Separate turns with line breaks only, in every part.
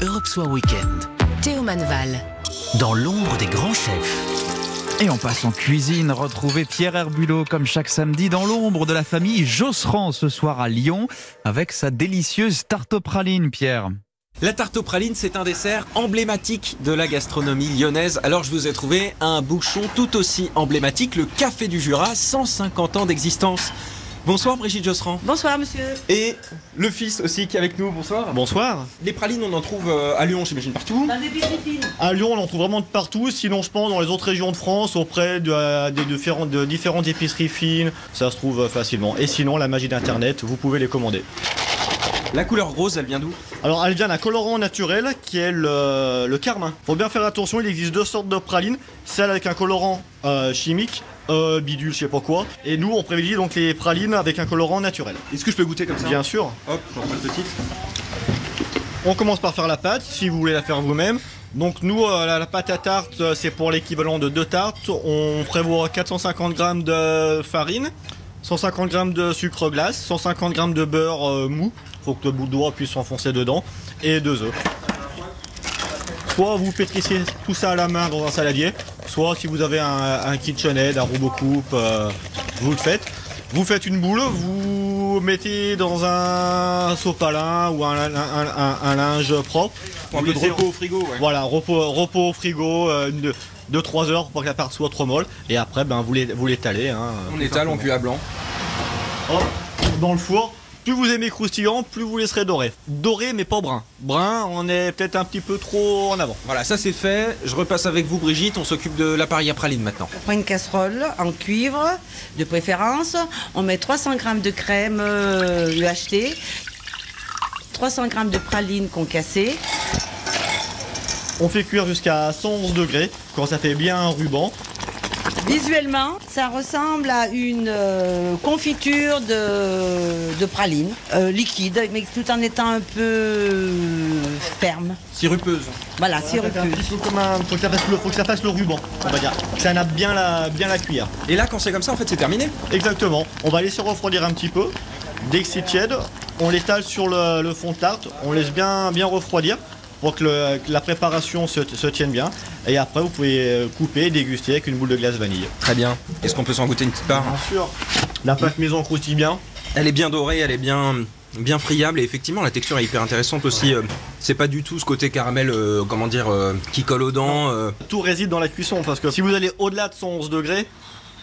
Europe Soir Weekend.
Théo Manval.
Dans l'ombre des grands chefs.
Et on passe en cuisine, retrouver Pierre Herbulot comme chaque samedi dans l'ombre de la famille Josserand ce soir à Lyon avec sa délicieuse tarte aux pralines, Pierre.
La tarte aux pralines, c'est un dessert emblématique de la gastronomie lyonnaise. Alors je vous ai trouvé un bouchon tout aussi emblématique, le Café du Jura, 150 ans d'existence. Bonsoir Brigitte Josserand.
Bonsoir monsieur.
Et le fils aussi qui est avec nous, bonsoir.
Bonsoir.
Les pralines, on en trouve euh, à Lyon, j'imagine, partout.
Dans des piscines.
À Lyon, on en trouve vraiment de partout. Sinon, je pense dans les autres régions de France, auprès de, euh, des différentes- de différentes épiceries fines, ça se trouve euh, facilement. Et sinon, la magie d'Internet, vous pouvez les commander.
La couleur rose, elle vient d'où
Alors, elle vient d'un colorant naturel qui est le, le carmin. Faut bien faire attention, il existe deux sortes de pralines. Celle avec un colorant euh, chimique, euh, bidule, je sais pas quoi. Et nous, on privilégie donc les pralines avec un colorant naturel.
Est-ce que je peux goûter comme ça
Bien sûr.
Hop, j'en prends le petit.
On commence par faire la pâte, si vous voulez la faire vous-même. Donc nous, euh, la, la pâte à tarte, euh, c'est pour l'équivalent de deux tartes. On prévoit 450 g de farine, 150 g de sucre glace, 150 g de beurre euh, mou, faut que le bout de doigt puisse s'enfoncer dedans, et deux œufs. Soit vous pétrissez tout ça à la main dans un saladier, soit si vous avez un, un KitchenAid, un robot coupe, euh, vous le faites. Vous faites une boule, vous mettez dans un sopalin ou un, un- un- un linge propre.
Pour un
Vous
peu de
laissez-
repos au frigo, ouais.
Voilà, repos, repos au frigo, euh, 2-3 heures pour que la part soit trop molle. Et après, ben, vous l'é- vous l'étalez. hein,
On
tout
étale en
simplement.
cuit à blanc.
Hop, dans le four. Plus vous aimez croustillant, plus vous laisserez doré. Doré, mais pas brun. Brun, on est peut-être un petit peu trop en avant.
Voilà, ça c'est fait. Je repasse avec vous, Brigitte. On s'occupe de l'appareil à pralines maintenant.
On prend une casserole en cuivre, de préférence. On met 300 g de crème euh, UHT, 300 g de praline concassée.
On fait cuire jusqu'à 111 degrés quand ça fait bien un ruban.
Visuellement, ça ressemble à une euh, confiture de, de praline euh, liquide, mais tout en étant un peu euh, ferme.
Sirupeuse.
Voilà,
Un petit
sirupeuse.
peu comme un- Faut que ça fasse le, faut que ça fasse le ruban, on va dire. Que ça nappe bien la, bien la cuillère.
Et là, quand c'est comme ça, en fait, c'est terminé.
Exactement. On va laisser refroidir un petit peu. Dès que c'est tiède, on l'étale sur le, le fond de tarte. On laisse bien, bien refroidir pour que, le- que la préparation se, se tienne bien. Et après, vous pouvez euh, couper et déguster avec une boule de glace vanille.
Très bien. Est-ce qu'on peut s'en goûter une petite part hein
sûr. La pâte maison croustille bien.
Elle est bien dorée, elle est bien bien friable et effectivement la texture est hyper intéressante aussi Euh, c'est pas du tout ce côté caramel euh, comment dire euh, qui colle aux dents euh.
Tout réside dans la cuisson parce que si vous allez au-delà de 111 degrés,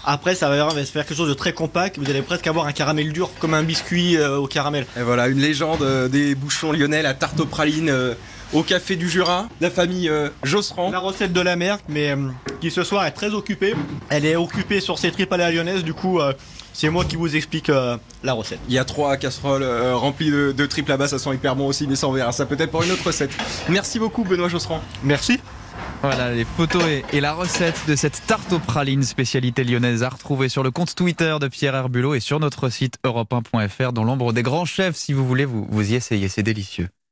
après ça va vraiment se faire quelque chose de très compact. Vous allez presque avoir un caramel dur comme un biscuit euh, au caramel.
et voilà une légende euh, des bouchons lyonnais la tarte aux pralines euh, au café du Jura la famille euh, Josserand
La recette de la mère, mais euh, qui ce soir est très occupée. Elle est occupée sur ses tripes à la lyonnaise, du coup, euh, c'est moi qui vous explique euh, la recette.
il y a trois casseroles euh, remplies de, de tripes là-bas, ça sent hyper bon aussi, mais ça on verra ça peut-être pour une autre recette. Merci beaucoup Benoît Josserand.
Merci.
Voilà les photos et, et la recette de cette tarte aux pralines spécialité lyonnaise à retrouver sur le compte Twitter de Pierre Herbulot et sur notre site europe1.fr dans l'ombre des grands chefs si vous voulez vous, vous y essayez, c'est délicieux.